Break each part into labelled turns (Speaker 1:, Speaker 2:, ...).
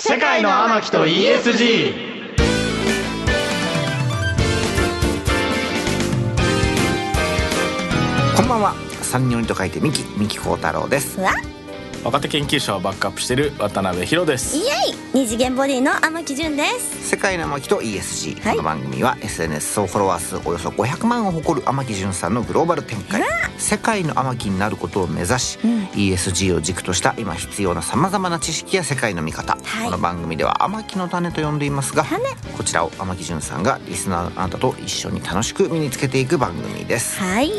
Speaker 1: 世界の天木と ESG
Speaker 2: こんばんは三人と書いてミキミキコ太郎です
Speaker 3: うわ
Speaker 4: 若手研究者をバックアップしている渡辺博です
Speaker 3: イエイ二次元ボディの天木純です
Speaker 2: 世界の天木と ESG、
Speaker 3: はい
Speaker 2: この番組は SNS 総フォロワー数およそ500万を誇る天木純さんのグローバル展開世界の天木になることを目指し、ESG を軸とした今必要なさまざまな知識や世界の見方、
Speaker 3: はい
Speaker 2: この番組では天木の種と呼んでいますが
Speaker 3: 種
Speaker 2: こちらを天木純さんがリスナーのあなたと一緒に楽しく身につけていく番組です
Speaker 3: はい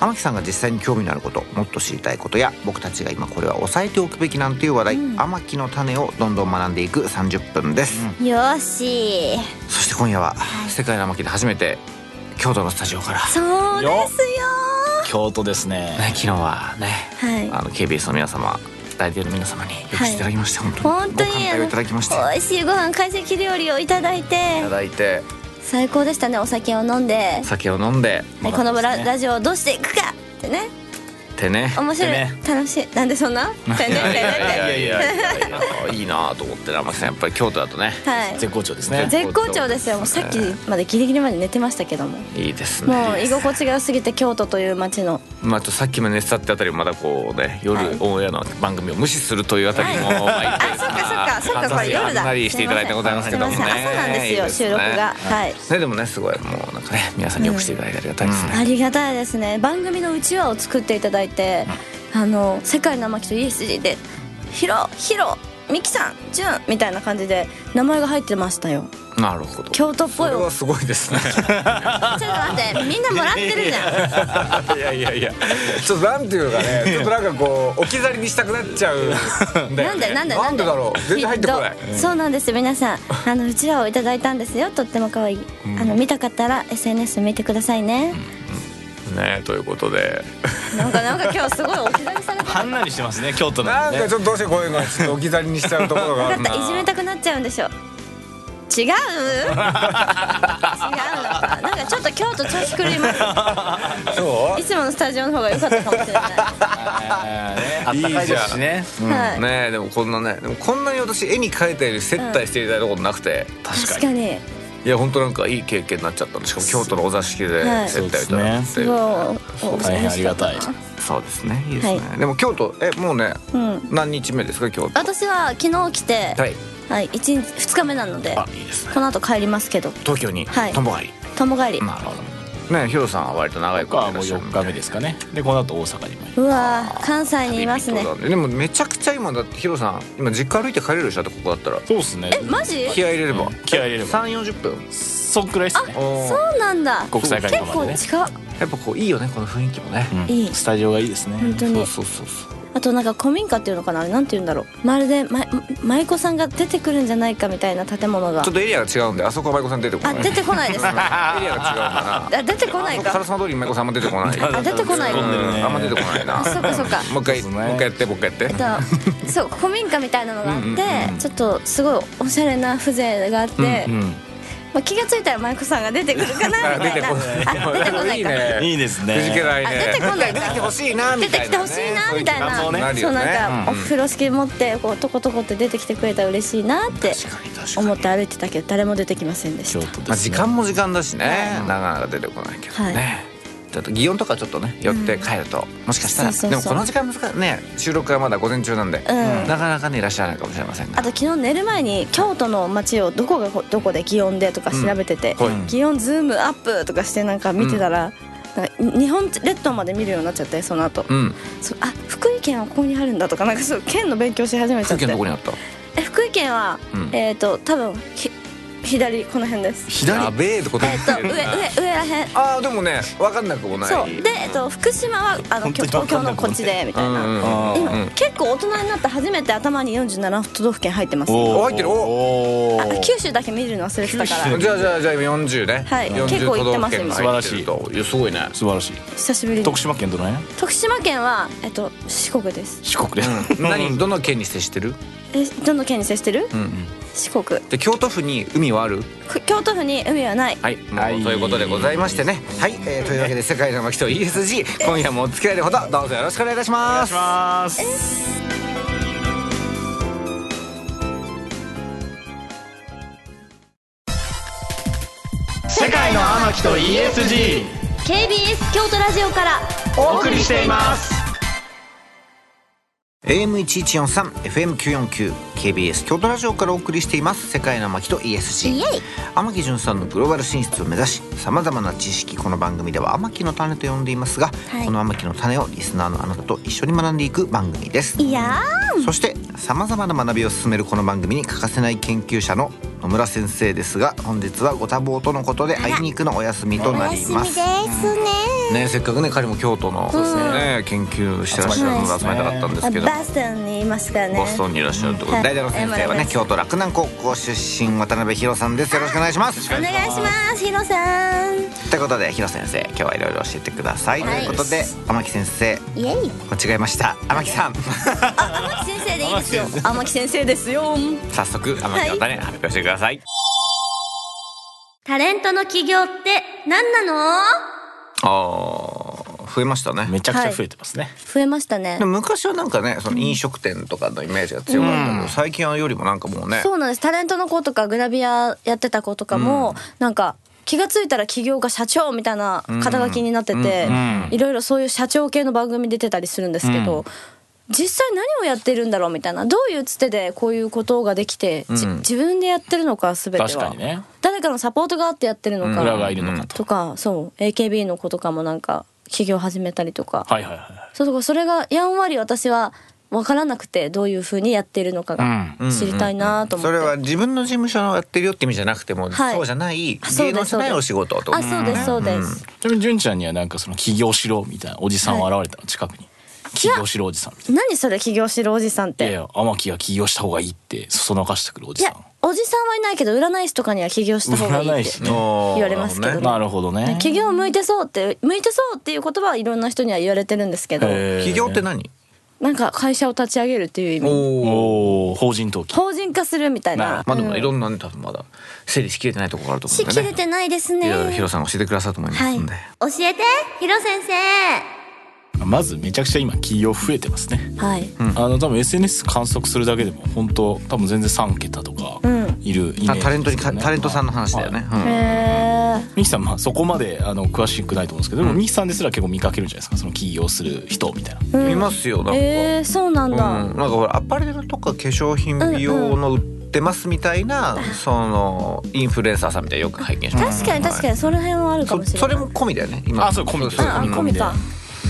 Speaker 2: 天木さんが実際に興味のあることもっと知りたいことや僕たちが今これは押さえておくべきなんていう話題、天木の種をどんどん学んでいく30分です、
Speaker 3: よーし
Speaker 2: そして今夜は世界の天木で初めて京都のスタジオから、ね、
Speaker 3: そうですよ
Speaker 4: 京都ですね
Speaker 2: 昨日はね、
Speaker 3: はい
Speaker 2: あの KBS の皆様大抵の皆様にお越しいただきまして、本
Speaker 3: 本
Speaker 2: 当
Speaker 3: 当
Speaker 2: にご
Speaker 3: に
Speaker 2: 歓待を
Speaker 3: あの
Speaker 2: いただきまして
Speaker 3: 美味しいご飯懐石料理をいただい
Speaker 2: い
Speaker 3: て
Speaker 2: ただいて
Speaker 3: 最高でしたねお酒を飲んで
Speaker 2: お、酒を飲んで
Speaker 3: は
Speaker 4: よ
Speaker 3: い、
Speaker 4: か
Speaker 3: こ
Speaker 4: った
Speaker 3: の
Speaker 4: です
Speaker 3: ラ
Speaker 4: ね
Speaker 3: ラジオをどうしていくかってね
Speaker 2: ってね
Speaker 3: 面白い、
Speaker 4: でね
Speaker 3: 楽しいなんでそんなってねって ね
Speaker 2: いやい
Speaker 3: っ
Speaker 2: やいやい やいやいいなと思ってね天木さんやっぱり京都だとね
Speaker 3: てはい
Speaker 4: 絶好調ですね
Speaker 3: 絶好調ですよもうさっきまでギリギリまで寝てましたけども
Speaker 2: いいですね
Speaker 3: もう居心地が良すぎて京都という街の
Speaker 2: まあ、とさっきも熱さってあたりもまだこうね夜
Speaker 3: はい
Speaker 2: オンエアの番組を無視するというあたりも、まあ
Speaker 3: あそっかそっかそっかこれ夜だ
Speaker 2: あんなりしていただいてございますけどもね
Speaker 3: すいません朝なんですよ
Speaker 2: いいね
Speaker 3: 収録がはい
Speaker 2: ねでもねすごいもうなんかね皆さんによくしていただいてありがたいですね、
Speaker 3: ありがたいですね番組のうちわを作っていただいて「あの世界の天木と ESG」で「ヒロヒロミキさんジュン」みたいな感じで名前が入ってましたよ
Speaker 2: なるほど
Speaker 3: 京都っぽい
Speaker 2: それ
Speaker 3: お
Speaker 2: はすごいですね
Speaker 3: ちょっと待ってみんなもらってるじゃん
Speaker 2: いやいやいや
Speaker 5: ちょっとなんていうかね、ちょっとなんかこう置き去りにしたくなっちゃうんだ
Speaker 3: な
Speaker 5: よ
Speaker 3: ん
Speaker 5: ね
Speaker 3: でなんで
Speaker 5: なんでだろう。全然入ってこない。
Speaker 3: ひどそうなんです皆さんあのうちわをいただいたんですよとっても可愛いあの見たかったら SNS 見てくださいね
Speaker 2: ねということで
Speaker 3: なんかなんか今日すごいお気軽されて
Speaker 4: はんなりしてますね京都な
Speaker 5: なんん
Speaker 4: で
Speaker 5: か
Speaker 4: ね
Speaker 5: ちょっとどうしてこういうのがちょっと置き去りにしちゃうところがあ
Speaker 3: だ
Speaker 5: る
Speaker 3: っ
Speaker 5: な
Speaker 3: た。いじめたく なっちゃうんでしょ違う違うのかなんかちょっと京都調子狂いますいつものスタジオの方が良かったかもしれない、
Speaker 4: あったかいですしね
Speaker 3: はい、
Speaker 2: ねでもこんなねでもこんなに私絵に描いたより接待していただいたことなくて、
Speaker 3: 確かに
Speaker 2: いや本当なんかいい経験になっちゃったのしかも京都のお座敷で
Speaker 3: はい
Speaker 2: 接待いただいて、
Speaker 3: すごいお
Speaker 4: 大変ありがたい
Speaker 2: そうですねいいですね、でも京都えもうね、
Speaker 3: うん
Speaker 2: 何日目ですか京都
Speaker 3: 私は昨日来て、
Speaker 2: はい
Speaker 3: はい、一日2日目なので
Speaker 2: あいいですね
Speaker 3: この後帰りますけど
Speaker 2: 東京に
Speaker 3: はい
Speaker 2: とんぼ狩り、
Speaker 3: 友帰り
Speaker 2: なるほどねヒロさんは割と長い
Speaker 4: 僕は
Speaker 2: こと
Speaker 4: もう4日目ですかねでこの後大阪にも
Speaker 3: うわー関西にいますね
Speaker 2: でもめちゃくちゃ今だってヒロさん今実家歩いて帰れるでしょだってここだったら
Speaker 4: そうっすね
Speaker 3: えマジ
Speaker 2: 気合い入れれば
Speaker 4: 気合い入れれば
Speaker 2: 3 4 0分
Speaker 4: そんくらいっすね
Speaker 3: そうなんだ
Speaker 4: 国際会
Speaker 3: 結
Speaker 4: 館ま
Speaker 3: 構
Speaker 4: でね
Speaker 3: 近っ
Speaker 2: やっぱこういいよねこの雰囲気もね、
Speaker 3: いい
Speaker 4: スタジオがいいですね
Speaker 3: 本当に
Speaker 2: そうそうそうそう
Speaker 3: あとなんか古民家っていうのかなあれなんて言うんだろうまるでま舞妓さんが出てくるんじゃないかみたいな建物が
Speaker 2: ちょっとエリアが違うんであそこは舞妓さん出てこな
Speaker 3: あ
Speaker 2: い
Speaker 3: 出てこない ですあ
Speaker 2: あエリアが違うか
Speaker 3: 出てこ
Speaker 2: な
Speaker 3: ない
Speaker 2: カラ
Speaker 3: か
Speaker 2: スマ通りに舞妓さんも出てこない
Speaker 3: あ出てこない
Speaker 4: んでる
Speaker 2: う
Speaker 4: ね
Speaker 2: んあんま出てこないな
Speaker 3: あそっかそっか
Speaker 2: もう一回もう一回やってもう一回やって
Speaker 3: えっとそう古民家みたいなのがあってちょっとすごいおしゃれな風情があってまあ気がついたら舞妓さんが出てくるか なみたいなあ出てこないか
Speaker 4: いいですね
Speaker 2: くじけない
Speaker 3: あ
Speaker 2: ね
Speaker 3: 出てこない
Speaker 2: 出てきて
Speaker 3: か
Speaker 2: ほしいなみ
Speaker 3: 出て
Speaker 2: たいなね
Speaker 3: きてほしいなみたいな
Speaker 2: そ
Speaker 3: そうう
Speaker 2: いう気持ちにな
Speaker 3: な
Speaker 2: るよね
Speaker 3: んかお風呂敷持ってこうトコトコって出てきてくれたら嬉しいなって思って歩いてたけど誰も出てきませんでし
Speaker 4: 京
Speaker 3: た
Speaker 4: 都
Speaker 2: ま
Speaker 4: で
Speaker 2: あ、
Speaker 4: す
Speaker 2: 時
Speaker 4: ね
Speaker 2: 間も時間だしね、なかなか出てこないけどね、
Speaker 3: は
Speaker 2: ちょっと祇園とかちょっとね寄って帰ると、もしかしたら
Speaker 3: そうそうそう
Speaker 2: でもこの時間難しいね収録はまだ午前中なんで、
Speaker 3: ん
Speaker 2: なかなかねいらっしゃらないかもしれませんが
Speaker 3: あと昨日寝る前に京都の街をどこがこどこで祇園でとか調べてて、
Speaker 2: うんはい
Speaker 3: 祇園ズームアップとかしてなんか見てたら、なんか日本列島まで見るようになっちゃってその後、
Speaker 2: うん
Speaker 3: そうあ福井県はここにあるんだとかなんかそう県の勉強し始めち
Speaker 2: 風
Speaker 3: ゃっ
Speaker 2: 景
Speaker 3: て
Speaker 2: のとこにあった
Speaker 3: え福井県は、
Speaker 2: うん
Speaker 3: えっ、と多分ひ左この辺です
Speaker 2: 左やべえってこと
Speaker 3: えっ、と上上上らへん
Speaker 2: ああでもね分かんなくもない
Speaker 3: そうで、えっと福島はあの
Speaker 4: 本当に
Speaker 3: 東
Speaker 4: わか
Speaker 3: 京
Speaker 4: んな
Speaker 3: の
Speaker 4: く
Speaker 3: こっちでみたいな、
Speaker 2: うんうん
Speaker 4: あー
Speaker 3: 今結構大人になって初めて頭に47都道府県入ってます
Speaker 4: おー
Speaker 2: 入ってる
Speaker 4: お
Speaker 3: あ
Speaker 4: ー
Speaker 3: 九州だけ見るの忘れてたから
Speaker 2: じゃあじゃあじゃあ今40ね、
Speaker 3: はい
Speaker 2: 40
Speaker 3: 結構行ってます
Speaker 2: 都道府県
Speaker 3: 今
Speaker 2: が入ってるといやすごいね
Speaker 4: 素晴らしい
Speaker 3: 久しぶりに
Speaker 4: 徳島県どの辺
Speaker 3: 徳島県は、えっと、四国です
Speaker 4: 四国で
Speaker 2: 何どの県に接してる
Speaker 3: えどの県に接してる、四国
Speaker 2: で京都府に海はある
Speaker 3: く京都府に海はない
Speaker 2: はい、もう
Speaker 4: はい
Speaker 2: ということでございましてねはい、えーというわけで「世界の巻と ESG」今夜もお付き合いのほどどうぞよろしくお願いいたします
Speaker 4: します
Speaker 1: 世界の天木と ESG
Speaker 6: KBS 京都ラジオから
Speaker 1: お送りしています
Speaker 2: AM1143、FM949、KBS 京都ラジオからお送りしています。世界の天木と ESG。
Speaker 6: イエイ
Speaker 2: 天木淳さんのグローバル進出を目指し、さまざまな知識、この番組では天木の種と呼んでいますが、
Speaker 6: はい
Speaker 2: この天木の種をリスナーのあなたと一緒に学んでいく番組です。
Speaker 6: いや
Speaker 2: そしてさまざまな学びを進めるこの番組に欠かせない研究者の野村先生ですが本日はご多忙とのことであいにくのお休みと
Speaker 6: ーお
Speaker 2: なり
Speaker 6: 休み
Speaker 2: ま
Speaker 6: ですすね
Speaker 2: ねせっかくね彼も京都のですね、研究してらっしゃるので集めたかったんですけど、
Speaker 3: バストンにいますからね
Speaker 2: ボストンにいらっしゃるってこと
Speaker 3: は
Speaker 2: で大
Speaker 3: い
Speaker 2: 体の先生はね
Speaker 3: はい
Speaker 2: 京都洛南高校出身渡辺博さんですよろしくお願いします
Speaker 3: お願いしますヒロさん
Speaker 2: ということで博先生今日はいろいろ教えてください、
Speaker 3: はい
Speaker 2: ということで天木先生
Speaker 6: イエイ
Speaker 2: 間違えました天木さん
Speaker 3: 天木先生でいいですよ天木先生ですよ
Speaker 2: 早速天木の種、発表してください
Speaker 6: タレントの起業って何なの
Speaker 2: あー増えましたね
Speaker 4: めちゃくちゃ増えてますね。
Speaker 3: 増えましたね
Speaker 2: でも昔はなんかねその飲食店とかのイメージが強かったけど、最近はよりもなんかもうね
Speaker 3: そうなんですタレントの子とかグラビアやってた子とかも、なんか気がついたら起業家社長みたいな肩書きになってて、いろいろそういう社長系の番組出てたりするんですけど、実際何をやってるんだろうみたいなどういうつてでこういうことができて、じ自分でやってるのか全ては
Speaker 4: 確かにね
Speaker 3: 誰かのサポートがあってやってるのか、
Speaker 4: 裏がいるのかと。
Speaker 3: とかそう AKB の子とかもなんか起業始めたりとか、
Speaker 4: はいはいは
Speaker 3: そうそうそれがやんわり私は分からなくてどういうふうにやってるのかが
Speaker 2: うん
Speaker 3: 知りたいなと思って、
Speaker 2: それは自分の事務所のやってるよって意味じゃなくても、
Speaker 3: はい
Speaker 2: そうじゃない
Speaker 3: あそ
Speaker 2: 芸
Speaker 3: う
Speaker 2: 能
Speaker 3: です
Speaker 2: じゃないお仕事ってこと
Speaker 3: あそうですそうです、
Speaker 4: い。ちなみに純ちゃんにはなんかその起業しろみたいなおじさんは現れたの近くに。起業しろおじさんみたい
Speaker 3: 何それ起業してるおじさんっ
Speaker 4: な。
Speaker 3: て
Speaker 4: いやいや天木が起業した方がいいってそそのかしてくるお
Speaker 3: い
Speaker 4: じさ
Speaker 3: や
Speaker 4: ん。
Speaker 3: おじさんはいないけど占い師とかには起業した方がいい
Speaker 4: 占
Speaker 3: っ
Speaker 4: い
Speaker 3: て
Speaker 4: 師
Speaker 2: あ
Speaker 4: ね。
Speaker 2: ー
Speaker 3: 言われますけど
Speaker 4: なるほどね。
Speaker 3: 起業向いてそうって向いてそうっていう言葉はいろんな人には言われてるんですけど
Speaker 4: へー
Speaker 2: 起業って何
Speaker 3: なんか会社を立ち上げるっていう意味
Speaker 4: おお法人登記。
Speaker 3: 法人化するみたいな
Speaker 2: まあでもいろんなね多分まだ整理しきれてないところがあると思う
Speaker 6: し
Speaker 2: んで
Speaker 6: き
Speaker 2: ね
Speaker 6: れてないです
Speaker 2: い
Speaker 6: ね
Speaker 2: ろいろヒロさん教えてくださると思いますんで、
Speaker 6: 教えてひろ先生
Speaker 4: まずめちゃくちゃ今起業増えてますね。
Speaker 3: はい
Speaker 4: あの多分 SNS 観測するだけでも本当多分全然3桁とかいるイメージですよね、
Speaker 2: あタレントにかタレントさんの話だよね、うん
Speaker 3: へー
Speaker 4: ミキさんまあそこまであの詳しくないと思うんですけど、でもミキさんですら結構見かけるんじゃないですかその起業する人みたいな、
Speaker 2: 見ますよなんか、
Speaker 3: えー、そうなんだ、
Speaker 2: うん、なんかほらアパレルとか化粧品美容の売ってますみたいな、そのインフルエンサーさんみたいなのよく拝見します
Speaker 3: 確かに確かにその辺はあるかも
Speaker 2: そ
Speaker 3: しれない
Speaker 2: それも込みだよね今
Speaker 4: あそう込みです
Speaker 3: あ込みか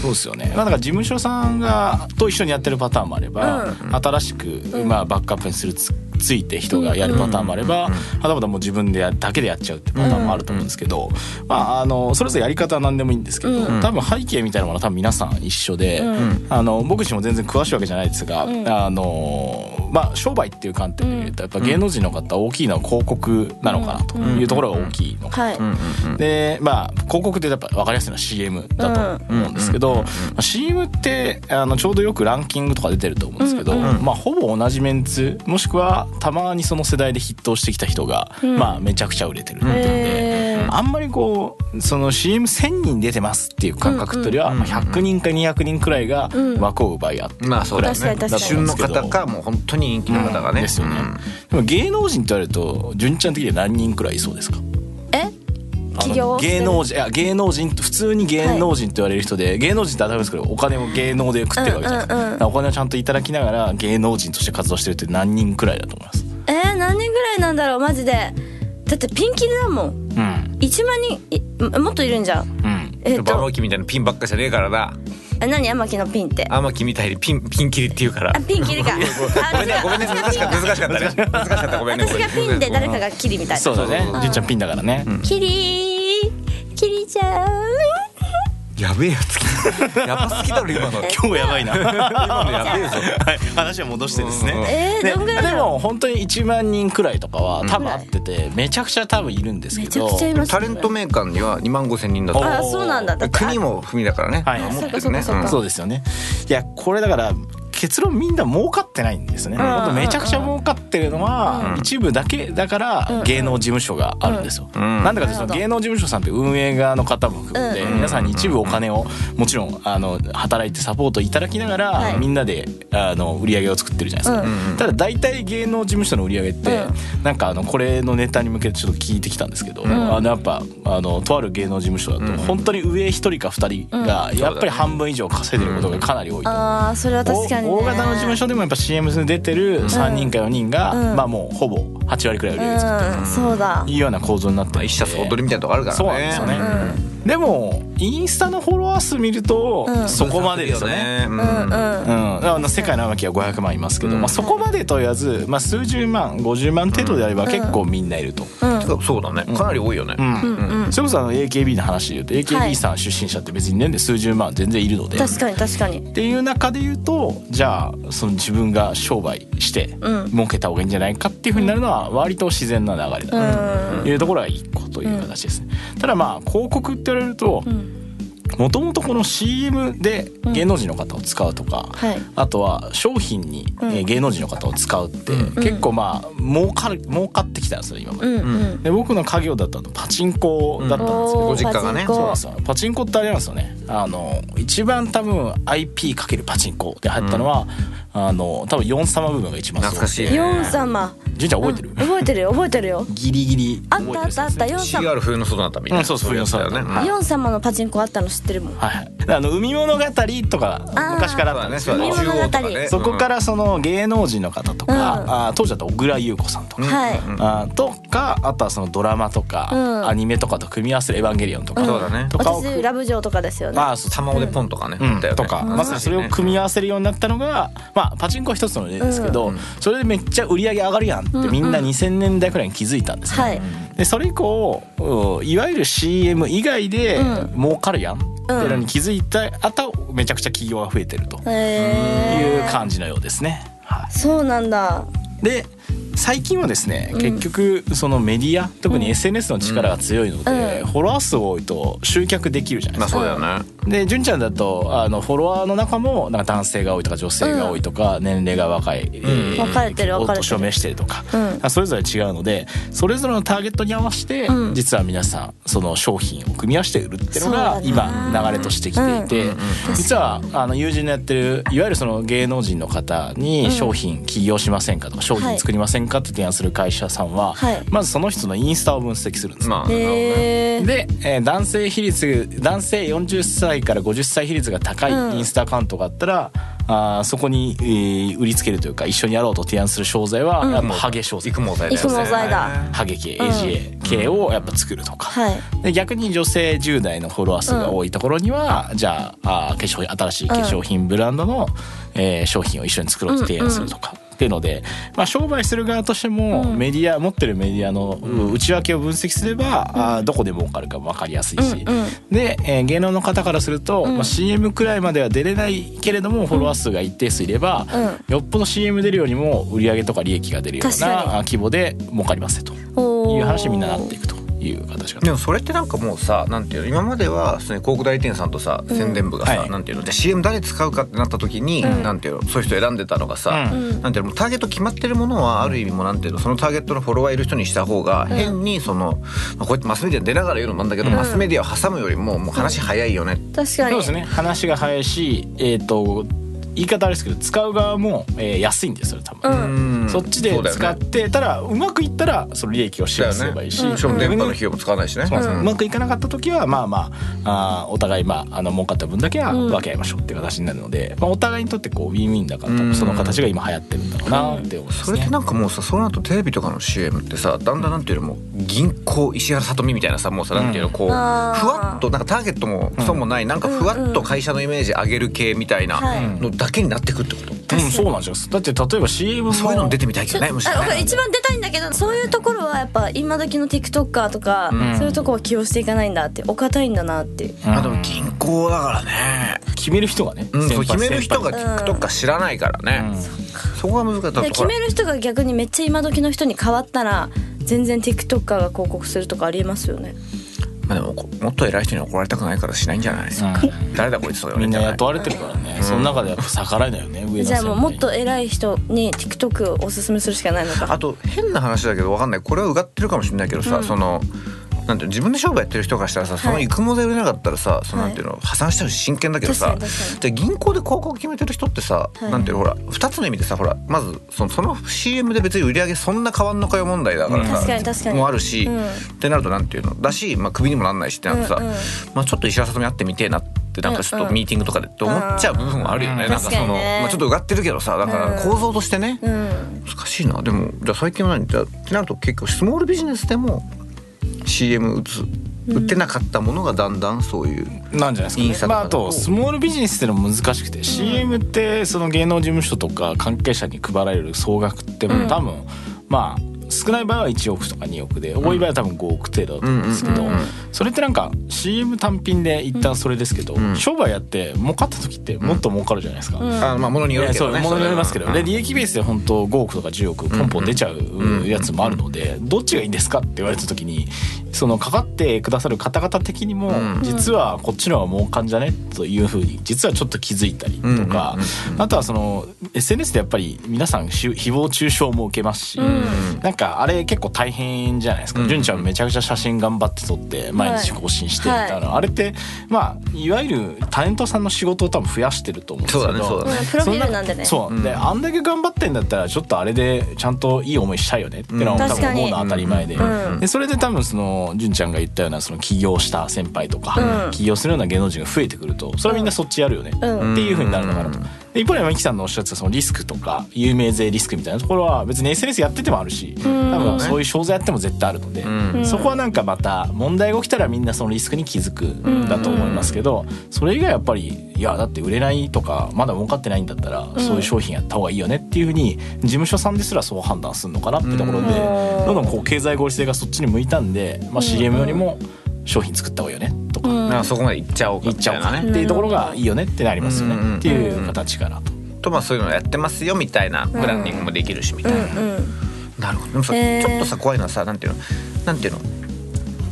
Speaker 4: そうですよね、まあ、だから事務所さんがと一緒にやってるパターンもあれば、新しく、まあ、バックアップにするつついて人がやるパターンもあれば、はたまたもう自分でやだけでやっちゃうってパターンもあると思うんですけど、まあ、あのそれぞれやり方は何でもいいんですけど、多分背景みたいなものは多分皆さん一緒で、あの僕自身も全然詳しいわけじゃないですが、あのまあ、商売っていう観点で言うとやっぱ芸能人の方大きいのは広告なのかなというところが大きいのかなと
Speaker 3: はい、
Speaker 4: でまあ広告ってやっぱ分かりやすいのは CM だと思うんですけど、まあ CM ってあのちょうどよくランキングとか出てると思うんですけど、まあ、ほぼ同じメンツもしくはたまにその世代で筆頭してきた人が、まあ、めちゃくちゃ売れてるっていうんで、あんまりこうその CM1,000 人出てますっていう感覚というよりは、まあ、100人か200人くらいが枠を奪い合って
Speaker 2: まあそうだよ
Speaker 3: 確か
Speaker 2: ね
Speaker 3: に確かに
Speaker 2: 旬の方かもう本当に人気の方がね、
Speaker 4: ですよね、でも芸能人って言われると純ちゃん的には何人くらいいそうですか
Speaker 3: え起業をしてる
Speaker 4: 芸能人いや芸能人普通に芸能人と言われる人で、芸能人って当たり前ですけどお金を芸能で食ってるわけじゃないですか,、
Speaker 3: うんうんうん
Speaker 4: だからお金をちゃんといただきながら芸能人として活動してるって何人くらいだと思います
Speaker 3: えー、何人ぐらいなんだろうマジでだってピンキリだもん
Speaker 4: うん
Speaker 3: 1万人いもっといるんじゃん
Speaker 4: うん
Speaker 3: えっ、
Speaker 2: ババ
Speaker 3: と
Speaker 2: オキみたいなピンばっかじゃねえからな
Speaker 3: え何天木のピンってあ
Speaker 2: 天木みたいにピンピン切りって言うから
Speaker 3: ピンキリかあ
Speaker 2: ごめんねごめんね
Speaker 3: 私
Speaker 2: 難しか
Speaker 3: が
Speaker 2: った難しかったね難しかったごめんね
Speaker 3: 私がピンで誰かがキリみたい
Speaker 4: そう
Speaker 3: な
Speaker 4: だねじいちゃんピンだからね、
Speaker 3: キリーキリちゃん
Speaker 2: やべえやつ来たやばすぎだろ今の
Speaker 4: 今日やばいな今の
Speaker 2: やべえぞ
Speaker 4: はい、話は戻してですね、
Speaker 3: えー、
Speaker 4: で
Speaker 3: どんぐらいだ
Speaker 4: で
Speaker 3: ろ
Speaker 4: も本当に1万人くらいとかは多分合っててめちゃくちゃ多分いるんです
Speaker 3: う
Speaker 4: け
Speaker 3: めちゃ
Speaker 4: ど
Speaker 3: くちゃいます、ね、
Speaker 2: タレントメーカーには2万5千人だと
Speaker 3: あそうなんだだって
Speaker 2: 国も踏みだからね、
Speaker 4: はい
Speaker 2: 持ってるね
Speaker 3: そうかそうかそうか
Speaker 2: ん
Speaker 4: そうですよねいやこれだから結論みんな儲かってないんですね。
Speaker 3: ん
Speaker 4: 本当めちゃくちゃ儲かってるのは一部だけだから芸能事務所があるんですよ。なんでかっていうとその芸能事務所さんって運営側の方も含んで
Speaker 3: う
Speaker 4: 皆さんに一部お金をもちろんあの働いてサポートいただきなが
Speaker 3: はい
Speaker 4: らみんなであの売り上げを作ってるじゃないですか。ただ大体芸能事務所の売り上げってなんかあのこれのネタに向けてちょっと聞いてきたんですけど、あのやっぱあのとある芸能事務所だと本当に上一人か二人がやっぱり半分以上稼いでることがかなり多いと。
Speaker 3: ああそれは確かに、ね、
Speaker 4: 大大型の事務所でもやっぱ CM に出てる3人か4人が、
Speaker 3: うん
Speaker 4: まあもうほぼ8割くらい売り上げ作って
Speaker 3: うんそうだ
Speaker 4: るいうような構造になってるんで
Speaker 2: 一社総取りみたいなとこあるからね
Speaker 4: そうなんですよね、でもインスタのフォロワー数見ると、
Speaker 3: うん
Speaker 4: そこまでですよね
Speaker 2: うん
Speaker 3: うんうん
Speaker 4: うん、あの世界のアマキは500万いますけど、まあ、そこまでと言わず、まあ、数十万50万程度であれば結構みんないると、
Speaker 2: てかそうだねかなり多いよね
Speaker 4: うんそれこそあの AKB の話で言うと
Speaker 3: はい
Speaker 4: AKB さん出身者って別に年で数十万全然いるので、
Speaker 3: 確かに確かに
Speaker 4: っていう中で言うとじゃあその自分が商売して
Speaker 3: うん
Speaker 4: 儲けた方がいいんじゃないかっていうふうになるのは割と自然な流れ
Speaker 3: う
Speaker 4: だ
Speaker 3: ん
Speaker 4: というところが一個という形ですね。ただまあ広告って言われると
Speaker 3: ん
Speaker 4: もともとこの CM で芸能人の方を使うとか、
Speaker 3: はい
Speaker 4: あとは商品にえー芸能人の方を使うって結構まあ儲かる儲かってきたんですよ今ま
Speaker 3: う
Speaker 4: で。
Speaker 3: んうん
Speaker 4: で僕の家業だったのパチンコだったんですけど、
Speaker 2: ご実家がね
Speaker 3: パチン
Speaker 4: そう
Speaker 3: コ
Speaker 4: ですよパチンコってあれなんですよねあの一番多分 IP かけるパチンコで入ったのは、あの多分4様部分が一番
Speaker 2: 懐かしいね
Speaker 3: ヨン様
Speaker 4: 純ちゃん覚えてる、
Speaker 3: うん覚えてるよ覚えてるよ
Speaker 4: ギリギリ
Speaker 3: あっ
Speaker 4: 覚
Speaker 3: たあ
Speaker 4: えてる
Speaker 3: ったあったヨン様
Speaker 2: CR 冬の外だったみたい
Speaker 4: うん
Speaker 2: な
Speaker 4: そうそう
Speaker 2: いやつだよね
Speaker 4: 冬の
Speaker 2: うん
Speaker 3: ヨン様のパチンコあったの知ってるもん
Speaker 4: はいはいあの海物語とか
Speaker 3: ー
Speaker 4: 昔からあったんです
Speaker 2: そ
Speaker 4: け
Speaker 2: うだ
Speaker 4: ど
Speaker 2: ね
Speaker 3: 見
Speaker 2: そうだね中
Speaker 3: 物語
Speaker 2: 央とかね
Speaker 4: そこからその芸能人の方とか、
Speaker 3: うん
Speaker 4: あー当時だと小倉優子さんとか、
Speaker 3: はい
Speaker 4: あーとかあとはそのドラマとか、
Speaker 3: うん
Speaker 4: アニメとかと組み合わせる「エヴァンゲリオン」とか、
Speaker 2: うんそうだね
Speaker 4: とかを
Speaker 3: 私ラブジョーとかですよね
Speaker 4: あーそう
Speaker 2: 玉でポンとかね
Speaker 4: うん
Speaker 2: あったよね
Speaker 4: とか、まさにそれを組み合わせるようになったのが、まあ、パチンコ一つの例ですけど、それでめっちゃ売り上げ上がるやんってみんな2000年代くらいに気づいたんですね、
Speaker 3: はい
Speaker 4: でそれ以降うんいわゆる CM 以外で
Speaker 3: う
Speaker 4: 儲かるやんっていうの
Speaker 3: うん
Speaker 4: に気づいたあとめちゃくちゃ企業が増えてると
Speaker 3: へ
Speaker 4: いう
Speaker 3: え
Speaker 4: 感じのようですね。はい
Speaker 3: そうなんだ
Speaker 4: で最近はですね、結局そのメディア特に SNS の力が強いので、
Speaker 3: うん
Speaker 4: フォロワー数多いと集客できるじゃない
Speaker 2: ま
Speaker 4: で
Speaker 2: あ
Speaker 4: すか
Speaker 2: そうだよね
Speaker 4: で純ちゃんだとあのフォロワーの中もなんか男性が多いとか女性が多いとか、年齢が若い、えー
Speaker 3: 分かれてる分かれてる
Speaker 4: お年を召してるとか、
Speaker 3: うん
Speaker 4: それぞれ違うのでそれぞれのターゲットに合わせて、
Speaker 3: うん
Speaker 4: 実は皆さんその商品を組み合わせて売るっていうのが
Speaker 3: そうだな
Speaker 4: 今流れとしてきていて、実はあの友人のやってるいわゆるその芸能人の方に商品起業しませんかとか商
Speaker 3: は
Speaker 4: 品
Speaker 3: い
Speaker 4: 作りませんかって提案する会社さんは、
Speaker 3: はい
Speaker 4: まずその人のインスタを分析するんですよ。
Speaker 2: まあ
Speaker 3: へえ
Speaker 4: で、えー男性比率男性40歳から50歳比率が高
Speaker 3: うん
Speaker 4: いインスタアカウントがあったら、あーそこに、えー売りつけるというか一緒にやろうと提案する商材は、やっぱハゲ商材
Speaker 2: 育毛剤だよね
Speaker 3: 育毛剤だ
Speaker 4: ハゲ系 AGA 系をやっぱ作るとか、
Speaker 3: はい
Speaker 4: で逆に女性10代のフォロワー数が多いところには、じゃああー化粧新しい化粧品ブランドの、えー商品を一緒に作ろうと提案するとか。っていうので、まあ、商売する側としても、メディア持ってるメディアの内訳を分析すれば、あーどこで儲かるか分かりやすいし、
Speaker 3: うんうん
Speaker 4: で、えー芸能の方からすると、まあ、CM くらいまでは出れないけれどもフォロワー数が一定数いれば、よっぽど CM 出るよりも売り上げとか利益が出るよう
Speaker 3: 確かに
Speaker 4: なあー規模で儲かりますよと
Speaker 3: おー
Speaker 4: いう話にみんななっていくという形が
Speaker 2: でもそれってなんかもうさなんていうの今まではその広告代理店さんとさ宣伝部がさ、
Speaker 4: はい
Speaker 2: なんていうので CM 誰使うかってなった時に、なんていうのそういう人選んでたのがさ、
Speaker 4: う
Speaker 2: なんていうのもうターゲット決まってるものはある意味もうなんていうのそのターゲットのフォロワーいる人にした方が変にその、まあこうやってマスメディアに出ながら言うのもなんだけど、マスメディアを挟むよりももう話早いよね、
Speaker 3: 確かに
Speaker 4: そうですね話が早いしえっ、と言い方あれですけど使う側も、えー安いんですよ多分、
Speaker 2: うん
Speaker 4: そっちで
Speaker 2: そうだよね
Speaker 4: 使って、ただうまくいったらその利益をシェアすればいいし、
Speaker 2: だよねしかも電波の費用も使わないしね、
Speaker 4: そうなんです
Speaker 2: う
Speaker 4: うんまくいかなかった時はまあまああーお互いまああの儲かった分だけは分け合いましょうっていう形になるので、まあ、お互いにとってこうウィンウィンだから多分その形が今流行ってるんだろうなって思います
Speaker 2: それっ
Speaker 4: ね
Speaker 2: て。なんかもうさその後テレビとかの CM ってさだんだんなんていうのもう銀行石原さとみみたいなさもうさなんていうのこうふ
Speaker 3: あー
Speaker 2: わっとなんかターゲットもそうもないなんかふわっと会社のイメージ上げる系みたいな
Speaker 3: はい
Speaker 2: のだけになってくってこと
Speaker 4: うん、そうなんですよだって例えば CM も
Speaker 2: そういうの出てみたいけどねむし
Speaker 3: あ
Speaker 2: ろ
Speaker 3: わかる
Speaker 2: ね
Speaker 3: 一番出たいんだけどそういうところはやっぱ今時の TikToker とか、そういうとこは起用していかないんだってお堅いんだなっていう
Speaker 2: あでも銀行だからね
Speaker 4: 決める人がね、
Speaker 2: うんそう決
Speaker 4: 先輩
Speaker 2: める人が
Speaker 4: 先輩
Speaker 2: 聞くとか知らないからねそこが難しいだって
Speaker 3: で決
Speaker 2: ほら
Speaker 3: める人が逆にめっちゃ今時の人に変わったら全然 TikToker が広告するとかありえますよね
Speaker 2: まあ、でもこもっと偉い人に怒られたくないからしないんじゃない、誰だこいつとか言われ
Speaker 4: みん
Speaker 2: た
Speaker 4: な
Speaker 2: ら
Speaker 4: 雇われてるからね、その中でやっぱ逆らえないよね上の
Speaker 3: じゃあもうもっと
Speaker 4: 先輩
Speaker 3: 偉い人に TikTok をおすすめするしかないのか
Speaker 2: あと変な話だけどわかんないこれはうがってるかもしれないけどさ、そのなんていうの自分で商売やってる人からしたらさ、その育毛で売れなかったらさそのなんていうの、破産したし真剣だけどさ
Speaker 3: 確かに確かに
Speaker 2: で銀行で広告決めてる人ってさ、
Speaker 3: い
Speaker 2: なんていうのほら2つの意味でさほらまずそのその CM で別に売り上げそんな変わんのかよ問題だからさ、
Speaker 3: うん確かに確かに
Speaker 2: もあるし、
Speaker 3: うん
Speaker 2: ってなるとなんていうのだし、まあ、クビにもなんないしってなるとさ、
Speaker 3: うんうん
Speaker 2: まあ、ちょっと石原さとみ会ってみてえなってなんかちょっ
Speaker 3: うん
Speaker 2: と
Speaker 3: うん
Speaker 2: ミーティングとかでって思っちゃう部分はあるよね、
Speaker 4: うん
Speaker 2: なんかその
Speaker 3: 確かにね
Speaker 2: まあ、ちょっとうがってるけどさだから構造としてね、
Speaker 3: うん
Speaker 2: 難しいなでもじゃあ最近は何じゃあってなると結構スモールビジネスでも CM 打つ売ってなかったものがだんだんそういう、
Speaker 4: なんじゃない
Speaker 2: イン
Speaker 4: で
Speaker 2: ス
Speaker 4: す
Speaker 2: タとか
Speaker 4: か、ねま
Speaker 2: だ
Speaker 4: あ、
Speaker 2: と
Speaker 4: あとスモールビジネスってのも難しくて、CM ってその芸能事務所とか関係者に配られる総額ってもう多分、まあ少ない場合は1億とか2億で多い場合は多分5億程度だと思うんですけど、それってなんか CM 単品で一旦それですけど、商売やって儲かった時ってもっと儲かるじゃないですか。
Speaker 2: あまあものに
Speaker 4: い
Speaker 2: よる
Speaker 4: や
Speaker 2: け
Speaker 4: そ
Speaker 2: ど
Speaker 4: う
Speaker 2: ね
Speaker 4: ものによりますけ
Speaker 2: そ
Speaker 4: ど
Speaker 2: れ
Speaker 4: で利益ベースで本当5億とか10億ポンポン出ちゃうやつもあるのでどっちがいいんですかって言われた時にそのかかってくださる方々的にも実はこっちの方が儲かんじゃねというふうに実はちょっと気づいたりとかあとはその SNS でやっぱり皆さんし誹謗中傷も受けますしなんかあれ結構大変じゃないですか純ちゃんめちゃくちゃ写真頑張って撮って毎日更新してみたいなあれってまあいわゆるタレントさんの仕事を多分増やしてると思うんですけ
Speaker 2: そうだねそう
Speaker 4: ど
Speaker 2: だね
Speaker 3: うんプロフィールなんでね
Speaker 4: そんなそう、であんだけ頑張ってんだったらちょっとあれでちゃんといい思いしたいよねってのは
Speaker 3: うん
Speaker 4: 多分思うのは当たり前で,、
Speaker 3: 確かにうん
Speaker 4: でそれで多分その純ちゃんが言ったようなその起業した先輩とか、
Speaker 3: うん
Speaker 4: 起業するような芸能人が増えてくるとそれはみんなそっちやるよね、
Speaker 3: うん
Speaker 4: っていうふうになるのかなと。で一方でマキさんのおっしゃってたそのリスクとか有名税リスクみたいなところは別に SNS やっててもあるし、多分そういう商材やっても絶対あるので、そこはなんかまた問題が起きたらみんなそのリスクに気づくんだと思いますけど、それ以外やっぱりいやだって売れないとかまだ儲かってないんだったらそういう商品やった方がいいよねっていうふうに事務所さんですらそう判断するのかなってところで、どんどんこう経済合理性がそっちに向いたんで、まあ、CM よりも商品作った方がいいよねとか。
Speaker 2: なんかそこまで行っちゃおうか
Speaker 4: 行
Speaker 2: み
Speaker 4: っち
Speaker 2: た
Speaker 4: ゃ
Speaker 2: い
Speaker 4: おうか
Speaker 2: な
Speaker 4: っ
Speaker 2: ね
Speaker 4: ていうところがいいよねってなりますよ
Speaker 2: うんうんうん
Speaker 4: ねっていう形かなと。
Speaker 2: とまあそういうのやってますよみたいなブランディングもできるしみたいな、なるほどでもさ、
Speaker 3: へー
Speaker 2: ちょっとさ怖いのはさなんていうのなんていうの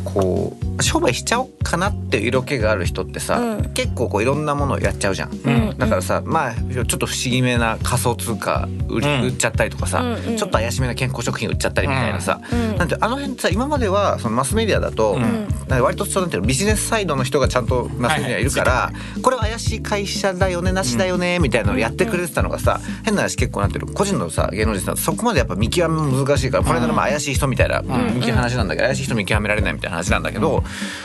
Speaker 2: こう商売しちゃおうかなっていう色気がある人ってさ、
Speaker 3: うん
Speaker 2: 結構こういろんなものをやっちゃうじゃん、
Speaker 3: ん
Speaker 2: だからさまあちょっと不思議めな仮想通貨売り、
Speaker 4: うん
Speaker 2: 売っちゃったりとかさ、
Speaker 3: うんうん
Speaker 2: ちょっと怪しめな健康食品売っちゃったりみたいなさ、
Speaker 3: うん
Speaker 2: なんてあの辺ってさ今まではそのマスメディアだと、なんか割とそうなんていうのビジネスサイドの人がちゃんとマスメディアいるから、これは怪しい会社だよねなしだよねみたいなのをやってくれてたのがさ変な話結構なってる個人のさ芸能人さんそこまでやっぱ見極めも難しいからこの間のまあ怪しい人みたいな見極話なんだけど怪しい人見極められないみたいな話なんだけど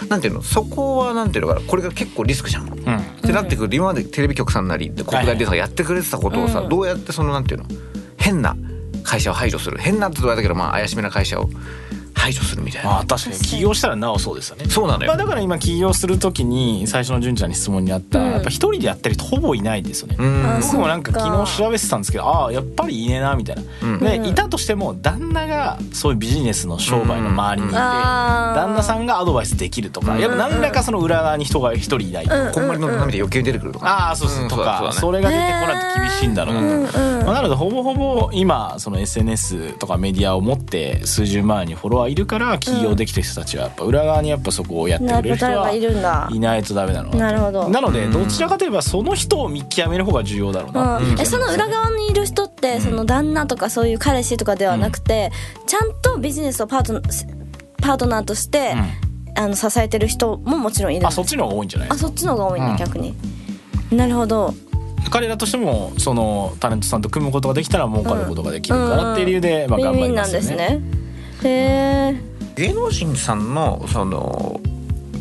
Speaker 2: なんていうのそこはなんていうのかなこれが結構リスクじゃん。ってなってくると今までテレビ局さんなりで国内でさやってくれてたことをさどうやってそのなんていうの変な会社を排除する変なってどうやったけどまあ怪しめな会社を排除するみたい
Speaker 4: ま
Speaker 2: な
Speaker 4: あ確かに起業したらなおそうですよね。
Speaker 2: そうなのよ
Speaker 4: まあだから今起業するときに最初の純ちゃんに質問にあった、やっぱ一人でやってる人ほぼいないですよね。
Speaker 3: あ
Speaker 4: 僕もなんか
Speaker 3: そっ
Speaker 4: 昨日調べてたんですけどああやっぱりいねえなみたいな、でいたとしても旦那がそういうビジネスの商売の周りにいて、
Speaker 3: あー
Speaker 4: 旦那さんがアドバイスできるとか、やっぱ何らかその裏側に人が一人いないと
Speaker 2: こんまりの涙余計出てくるとかね、
Speaker 4: ああそうです、
Speaker 2: ん
Speaker 4: とかそ,、
Speaker 2: そうだそうだね
Speaker 4: れが出てこないと厳しいんだろうなと、まあ、なのでほぼほぼ今その SNS とかメディアを持って数十万人フォロワーいるから起業できてる人たちはやっぱ裏側にやっぱそこをやってくれる人
Speaker 3: なるほ
Speaker 4: は
Speaker 3: どいるんだ
Speaker 4: いないとダメなの
Speaker 3: なるほど
Speaker 4: なのでどちらかといえばその人を見極める方が重要だろうなっていう
Speaker 3: うん、えその裏側にいる人ってその旦那とかそういう彼氏とかではなくて、ちゃんとビジネスをパートナーパートナーとして、あの支えてる人ももちろんいる
Speaker 4: あそっちの方が多いんじゃない
Speaker 3: あそっちの方が多いね、
Speaker 4: うん
Speaker 3: 逆になるほど
Speaker 4: 彼らとしてもそのタレントさんと組むことができたら儲かることができるからっていう理由で、まあ、
Speaker 3: ウィン
Speaker 4: 頑
Speaker 3: ウ
Speaker 4: 張
Speaker 3: ィ
Speaker 4: り
Speaker 3: ン
Speaker 4: ま
Speaker 3: なん
Speaker 4: す
Speaker 3: で
Speaker 4: よ
Speaker 3: す
Speaker 4: ね。
Speaker 3: ねへえ
Speaker 2: 芸能人さんのその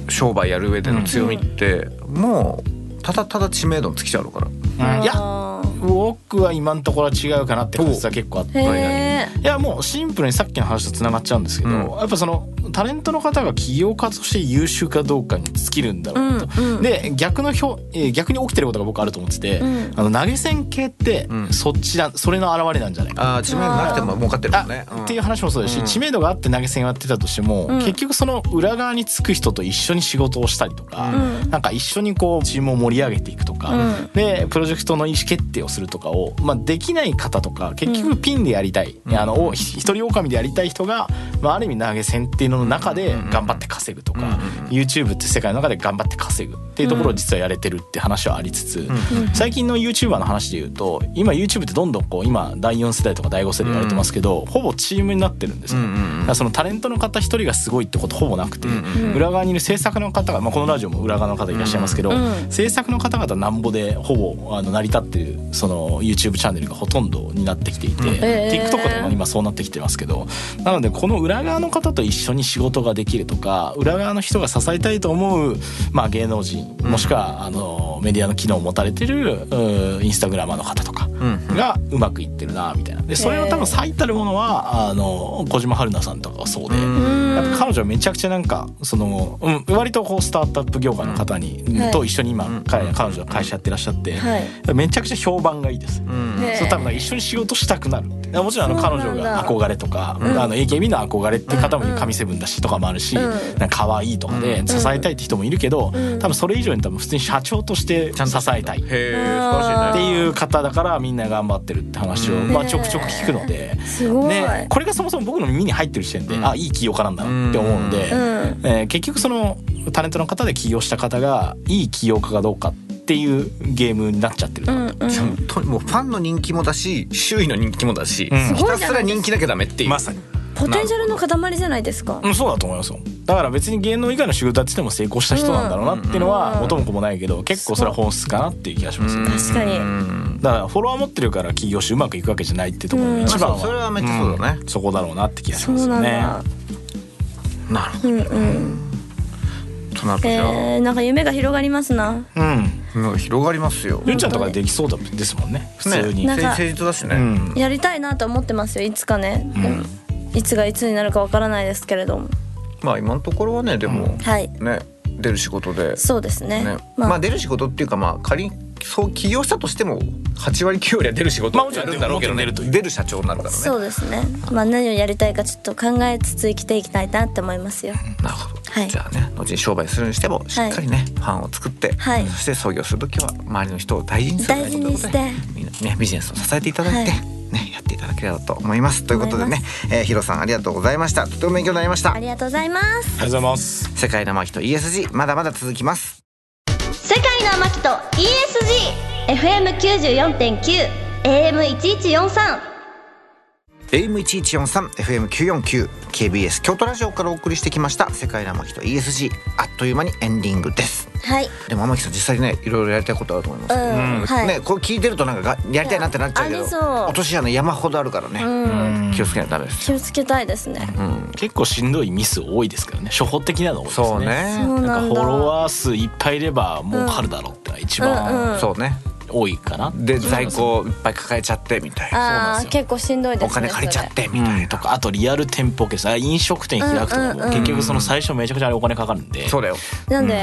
Speaker 2: 商売やる上での強みって、もうただただ知名度に尽きちゃうのかな、
Speaker 4: うんいや
Speaker 3: あ
Speaker 4: 僕は今のところは違うかなって感じは結構あって
Speaker 3: ーへえ
Speaker 4: いやもうシンプルにさっきの話とつながっちゃうんですけど、やっぱそのタレントの方が起業家として優秀かどうかに尽きるんだろうなと、
Speaker 3: うんうん
Speaker 4: で逆の表、えー逆に起きてることが僕あると思ってて、
Speaker 3: ん
Speaker 4: あの投げ銭系って
Speaker 2: ん
Speaker 4: そっちだそれの表れなんじゃないか
Speaker 2: ああ知名度なくても儲かってるもんね、
Speaker 4: あっていう話もそうだし、知名度があって投げ銭をやってたとしても、結局その裏側につく人と一緒に仕事をしたりとか、なんか一緒にこうチームを盛り上げていくとか、でプロジェクトの意思決定をするとかを、まあ、できない方とか結局ピンでやりたい、あのおひ一人狼でやりたい人が、まあ、ある意味投げ銭っていうののの中で頑張って稼ぐとか、YouTube って世界の中で頑張って稼ぐっていうところを実はやれてるって話はありつつ、最近の YouTuber の話で言うと今 YouTube ってどんどんこう今第4世代とか第5世代言われてますけど、ほぼチームになってるんですよ、だからそのタレントの方一人がすごいってことほぼなくて、裏側にいる制作の方が、まあ、このラジオも裏側の方いらっしゃいますけど、
Speaker 3: うん
Speaker 4: 制作の方々なんぼでほぼあの成り立ってるその YouTube チャンネルがほとんどになってきていて、
Speaker 3: へー
Speaker 4: TikTok でも今そうなってきてますけどなのでこの裏側の方と一緒に仕事ができるとか裏側の人が支えたいと思う、まあ、芸能人もしくはあのメディアの機能を持たれてるうインスタグラマーの方とかがうまくいってるなみたいなでそれの多分最たるものはあの小島春菜さんとかがそうで。やっぱ彼女はめちゃくちゃなんかその、うん、割とこうスタートアップ業界の方に、
Speaker 3: はい
Speaker 4: と一緒に今彼彼女は会社やってらっしゃって、
Speaker 3: はい
Speaker 4: めちゃくちゃ評判がいいです、
Speaker 3: ね
Speaker 4: そう多分一緒に仕事したくなるってもちろんあの
Speaker 3: そう
Speaker 4: 彼
Speaker 3: なんだ
Speaker 4: 女が憧れとか、あの AKB の憧れって方も神セブンだしとかもあるし、
Speaker 3: ん
Speaker 4: なんか可愛いとかで支えたいって人もいるけど、多分それ以上に多分普通に社長として支えたいって
Speaker 5: へえ素晴らしいね
Speaker 4: いう方だからみんな頑張ってるって話を、まあ、ちょくちょく聞くので。
Speaker 3: すごい、
Speaker 4: ね、これがそもそも僕の耳に入ってる時点で、あいい起業家なんだなって思うので、
Speaker 3: うん
Speaker 4: えー結局そのタレントの方で起業した方がいい起業家かどうかっていうゲームになっちゃってるなと、
Speaker 2: 本
Speaker 3: す
Speaker 2: 当にもうファンの人気もだし周囲の人気もだし、
Speaker 4: うん
Speaker 2: ひ
Speaker 3: ご
Speaker 2: た
Speaker 3: いじゃ
Speaker 2: す
Speaker 3: な
Speaker 2: ら
Speaker 3: い
Speaker 2: 人気なきゃダメっていう、
Speaker 4: さに、
Speaker 3: ポテンシャルの塊じゃないですか
Speaker 4: うん、そうだと思いますよだから別に芸能以外の仕事やってても成功した人なんだろうなっていうの
Speaker 3: うん
Speaker 4: は元も子もないけど結構それは本質かなっていう気がしますよね
Speaker 3: 確かに
Speaker 4: だからフォロワー持ってるから起業してうまくいくわけじゃないってところの一番は、
Speaker 2: うんまあそうそれはめっちゃそうだね
Speaker 4: んそこだろうなって気がし
Speaker 3: そ
Speaker 4: ます
Speaker 3: うな
Speaker 4: よ
Speaker 3: ん
Speaker 4: ね
Speaker 3: だ
Speaker 2: なるほ
Speaker 3: うんうん
Speaker 2: どとなるとじゃあ、
Speaker 3: えー、なんか夢が広がりますな
Speaker 4: うん
Speaker 2: もう広がりますよ、
Speaker 4: ゆうちゃんとかできそうだですもんね普通に、
Speaker 3: なん
Speaker 2: ね、
Speaker 3: か
Speaker 2: 誠実だしね、
Speaker 4: うん
Speaker 3: やりたいなと思ってますよいつかね、でもいつがいつになるかわからないですけれども
Speaker 2: まあ今のところはねでも、
Speaker 3: はい
Speaker 2: ね出る仕事で、
Speaker 3: そうですね
Speaker 2: ねま
Speaker 3: ま
Speaker 2: あ、
Speaker 3: あ、
Speaker 2: 出る仕事っていうかまあ仮にそう起業したとしても8割9割は出る仕事
Speaker 4: まあ
Speaker 2: を
Speaker 4: もち
Speaker 2: や
Speaker 4: ろん
Speaker 2: るんだろうけど、ね、
Speaker 4: もちろん出るという
Speaker 2: 出る社長になるからね
Speaker 3: そうですねまあ何をやりたいかちょっと考えつつ生きていきたいなって思いますよ
Speaker 2: なるほど、
Speaker 3: はい
Speaker 2: じゃあね後に商売するにしてもしっかりね、ファンを作って、
Speaker 3: はい
Speaker 2: そして創業する時は周りの人を大事にする
Speaker 3: 大事にして
Speaker 2: ということでみんなねビジネスを支えていただいて、
Speaker 3: はい
Speaker 2: ね、やっていただければと思いますということで
Speaker 3: 思い
Speaker 2: ね、えー、ヒロさんありがとうございましたとても勉強になりました
Speaker 3: ありがとうございます
Speaker 4: ありがとうございます
Speaker 2: 世界のマーキと ESG まだまだ続きます
Speaker 6: 世界の天木と ESGFM94.9 AM1143
Speaker 2: AM1143 FM949 KBS 京都ラジオからお送りしてきました世界の天木と ESG あっという間にエンディングです
Speaker 3: はい
Speaker 2: でも天木さん実際ねいろいろやりたいことあると思います
Speaker 3: う
Speaker 2: けど
Speaker 3: ん、はい、
Speaker 2: ね、これ聞いてるとなんかがやりたいなってなっちゃうけ
Speaker 3: いやあ
Speaker 2: ど
Speaker 3: りそう
Speaker 2: 落とし穴山ほどあるから
Speaker 3: う
Speaker 2: ね、
Speaker 3: ん、
Speaker 2: 気をつけないとダメです
Speaker 3: 気をつけたいですね、
Speaker 4: 結構しんどいミス多いですからね初歩的なの多いですね
Speaker 2: そうね
Speaker 3: そう
Speaker 4: な
Speaker 3: なんんだ
Speaker 4: かフォロワー数いっぱいいればもうかるだろうってのが一
Speaker 3: うんう
Speaker 4: 番
Speaker 3: ん
Speaker 2: そうね
Speaker 4: 多いかな、
Speaker 2: で在庫をいっぱい抱えちゃってみたいな
Speaker 3: ああ結構しんどいですね
Speaker 2: お金借りちゃってみた
Speaker 4: みた
Speaker 2: い
Speaker 4: い
Speaker 2: な
Speaker 4: な
Speaker 2: と
Speaker 4: と
Speaker 2: か、
Speaker 4: かあとリアル店舗決済あ飲食店開くとか
Speaker 3: うん
Speaker 4: も
Speaker 3: うんうん
Speaker 4: 結局その最初めちゃくちゃあれお金かかるんで
Speaker 2: そうだよ
Speaker 3: それなんで、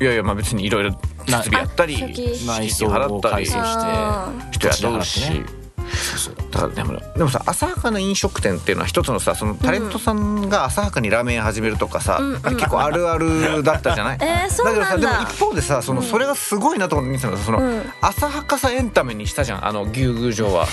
Speaker 2: いやいやまあ別にいろいろ設備やったり
Speaker 3: あ初期
Speaker 4: 内装を改装
Speaker 3: あ
Speaker 4: して
Speaker 2: 人
Speaker 4: 土地
Speaker 2: 雇う
Speaker 4: 払って
Speaker 2: し、
Speaker 4: ね
Speaker 2: だからでもでもさ浅はかな飲食店っていうのは一つのさそのタレントさんが浅はかにラーメン屋始めるとかさ、あれ結構あるあるだったじゃない
Speaker 3: えーそうなんだ
Speaker 2: けどさでも一方でさその、それがすごいなと思ってたのがその、
Speaker 3: うん
Speaker 2: 浅はかさエンタメにしたじゃんあの牛宮城 は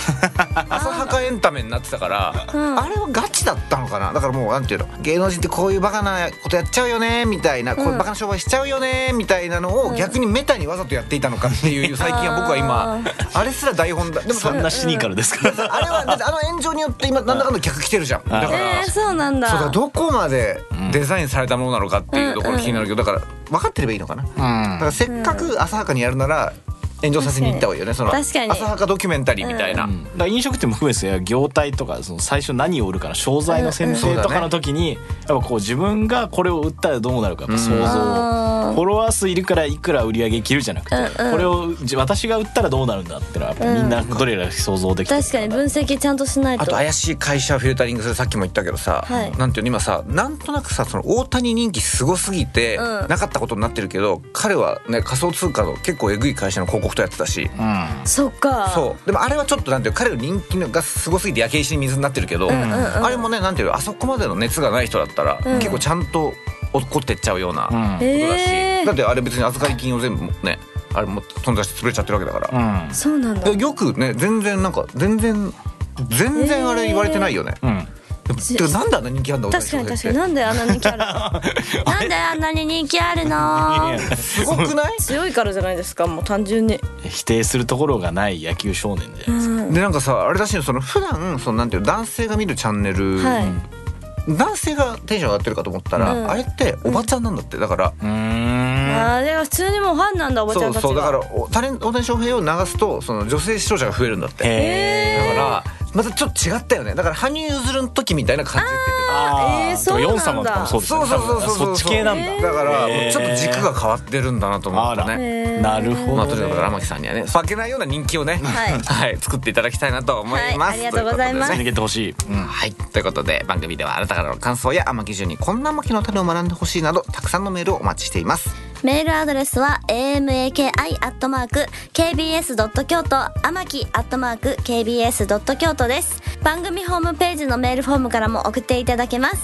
Speaker 2: 浅はかエンタメになってたから、あれはガチだったのかなだからもうなんていうの芸能人ってこういうバカなことやっちゃうよねみたいな、こういうバカな商売しちゃうよねみたいなのを逆にメタにわざとやっていたのかっていう最近は僕は今あれすら台本だでもさ
Speaker 4: そんなシニカルですから
Speaker 2: あれはだってあの炎上によって今なんだかんだ客来てるじゃんだから、
Speaker 3: えー、そうなんだ
Speaker 2: そうだどこまでデザインされたものなのかっていうところ
Speaker 3: うん
Speaker 2: 気になるけどだから分かってればいいのかな、だからせっかく浅はかにやるなら炎上させに行った方がいいよねその
Speaker 3: 確かに
Speaker 2: 浅はかドキュメンタリーみたいな、
Speaker 4: だから飲食店も含めですよ業態とかその最初何を売るかの商材の選定とかの時にやっぱこう自分がこれを売ったらどうなるかやっぱ想像フォロワー数いるからいくら売り上げ切るじゃなくてこれをじ私が売ったらどうなるんだってのはやっぱみんなどれら想像できて
Speaker 3: 確かに分析ちゃんとしない
Speaker 2: あ
Speaker 3: と
Speaker 2: と怪しい会社をフィルタリングするさっきも言ったけどさ、
Speaker 3: はい
Speaker 2: なんていうの今さなんとなくさその大谷人気すごすぎて、
Speaker 3: うん
Speaker 2: なかったことになってるけど彼はね仮想通貨の結構えぐい会社の広告とやってたし、
Speaker 3: そっか
Speaker 2: そうでもあれはちょっとなんていうか彼の人気がすごすぎて焼け石に水になってるけど、あれもねなんていうのあそこまでの熱がない人だったら、結構ちゃんと怒ってっちゃうようなことだし、
Speaker 3: えー
Speaker 2: だってあれ別に預かり金を全部ねあれも存在して潰れちゃってるわけだから、
Speaker 4: うん
Speaker 3: そうなんだ
Speaker 2: でよくね全然なんか全然全然あれ言われてないよね、
Speaker 4: うん
Speaker 2: でもてかなんであんな人気あんだ
Speaker 7: 確かに
Speaker 2: 俺
Speaker 7: 確かになんであんな人気あるの なんであんなに人気あるの
Speaker 2: すごくない
Speaker 7: 強いからじゃないですかもう単純に
Speaker 4: 否定するところがない野球少年じゃないですか、
Speaker 2: でなんかさあれらしいのその普段そのなんていうの男性が見るチャンネル、
Speaker 7: はい
Speaker 2: 男性がテンション上がってるかと思ったら、
Speaker 7: うん
Speaker 2: あれっておばちゃんなんだってだから、
Speaker 4: うーん
Speaker 7: あーでも普通にもうファンなんだおばち
Speaker 2: そ
Speaker 7: ゃ
Speaker 2: うん
Speaker 7: たち
Speaker 2: そうだか
Speaker 7: が
Speaker 2: らおタレント大谷翔平を流すとその女性視聴者が増えるんだって
Speaker 4: へ
Speaker 2: だからまたちょっと違ったよねだから羽生結弦の時みたいな感じって
Speaker 4: あ
Speaker 7: えー
Speaker 4: ー
Speaker 7: そうなんだ
Speaker 4: ヨン様とかもそうです
Speaker 2: そ
Speaker 4: よ
Speaker 2: う
Speaker 4: ね
Speaker 2: そうそうそう
Speaker 4: そっち系なんだ、
Speaker 2: だから
Speaker 4: へー
Speaker 2: ちょっと軸が変わってるんだなと思
Speaker 4: あ
Speaker 2: っ
Speaker 4: ら、
Speaker 2: たね
Speaker 4: なるほど、ね
Speaker 2: まあとにかく荒牧さんにはね負けないような人気をね
Speaker 7: はい
Speaker 2: はい作っていただきたいなと思い
Speaker 7: はい
Speaker 2: ます
Speaker 7: ありがとうございます
Speaker 2: とうこ
Speaker 4: 突
Speaker 2: とで
Speaker 4: き
Speaker 2: ね
Speaker 4: 抜けてほしい、うん
Speaker 2: はいということで番組ではあなたからの感想や天城順にこんな天城の種を学んでほしいなどたくさんのメールをお待ちしています
Speaker 3: メールアドレスは amaki.kbs. 京都天木 .kbs. 京都です。番組ホームページのメールフォームからも送っていただけます。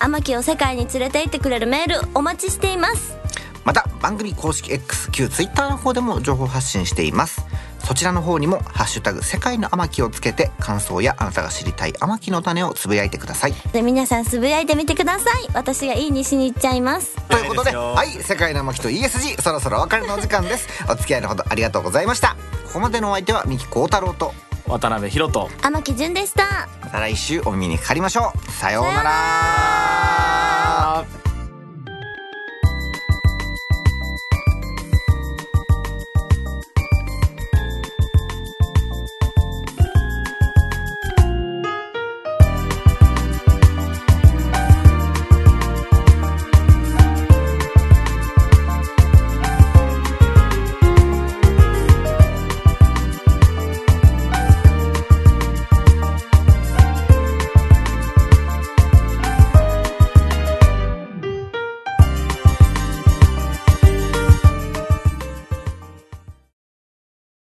Speaker 3: 天木を世界に連れて行ってくれるメールお待ちしています。
Speaker 2: また番組公式 XQ ツイッターの方でも情報発信していますそちらの方にも「ハッシュタグ世界の天城」をつけて感想やあなたが知りたい天城の種をつぶやいてください
Speaker 3: で皆さんつぶやいてみてください。私がいいにしに行っちゃいます。
Speaker 2: ということではい世界の天城と ESG そろそろお別れのお時間ですお付き合いのほどありがとうございましたここまでのお相手は三木幸太郎と
Speaker 4: 渡辺裕人
Speaker 3: 天木純でした。
Speaker 2: また来週お耳にかかりましょうさようなら